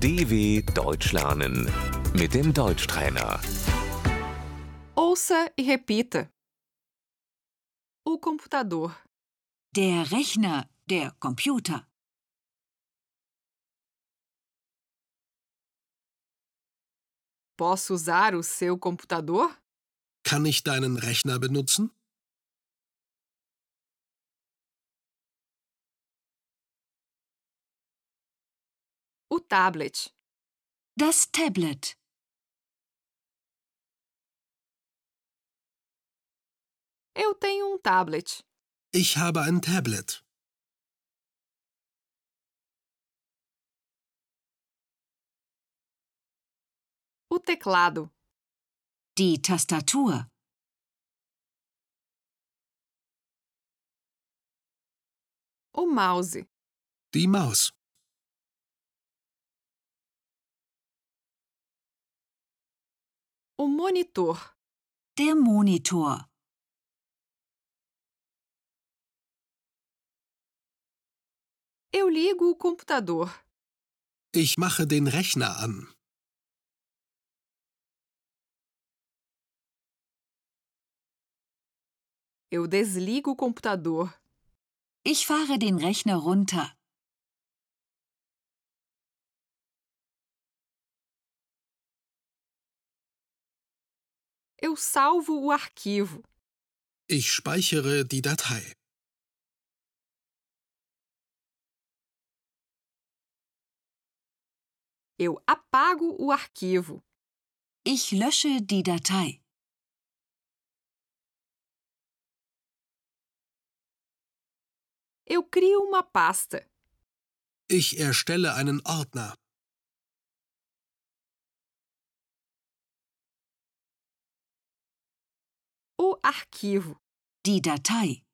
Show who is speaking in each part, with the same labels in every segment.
Speaker 1: DW Deutsch lernen mit dem Deutschtrainer.
Speaker 2: Ouça e repita. O computador,
Speaker 3: Der Rechner, der Computer,
Speaker 2: posso usar o seu computador?
Speaker 4: Kann ich deinen Rechner benutzen?
Speaker 2: O tablet,
Speaker 3: das Tablet,
Speaker 2: eu tenho um tablet.
Speaker 4: Ich habe ein Tablet.
Speaker 2: O teclado,
Speaker 3: die Tastatur,
Speaker 2: o mouse,
Speaker 4: Die Maus.
Speaker 2: o monitor,
Speaker 3: der Monitor,
Speaker 2: eu ligo o computador,
Speaker 4: Ich mache den Rechner an.
Speaker 2: eu desligo o computador,
Speaker 3: ich fahre den Rechner runter,
Speaker 2: eu salvo o arquivo,
Speaker 4: Ich speichere die Datei.
Speaker 2: eu apago o arquivo,
Speaker 3: ich lösche die Datei,
Speaker 2: eu crio uma pasta,
Speaker 4: Ich erstelle einen Ordner.
Speaker 2: o arquivo,
Speaker 3: die Datei,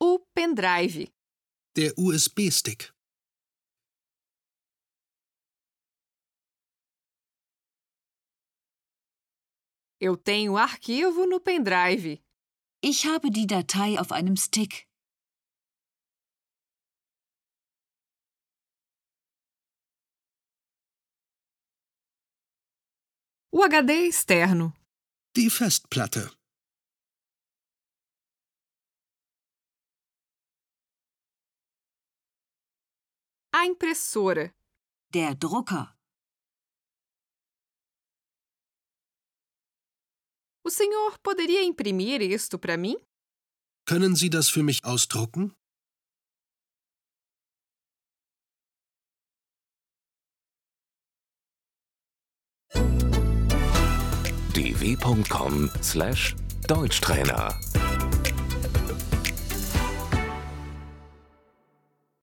Speaker 2: o pendrive,
Speaker 4: Der USB-Stick.
Speaker 2: eu tenho arquivo no pendrive.
Speaker 3: ich habe die Datei auf einem Stick,
Speaker 2: O HD externo,
Speaker 4: Die Festplatte.
Speaker 2: a impressora,
Speaker 3: der Drucker,
Speaker 2: O senhor poderia imprimir isto para mim?
Speaker 4: Können Sie das für mich ausdrucken?
Speaker 1: dw.com/deutschtrainer